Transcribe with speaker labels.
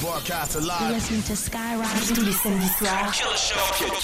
Speaker 1: Broadcast alive.
Speaker 2: You're listening to Skyrock tous les samedis soirs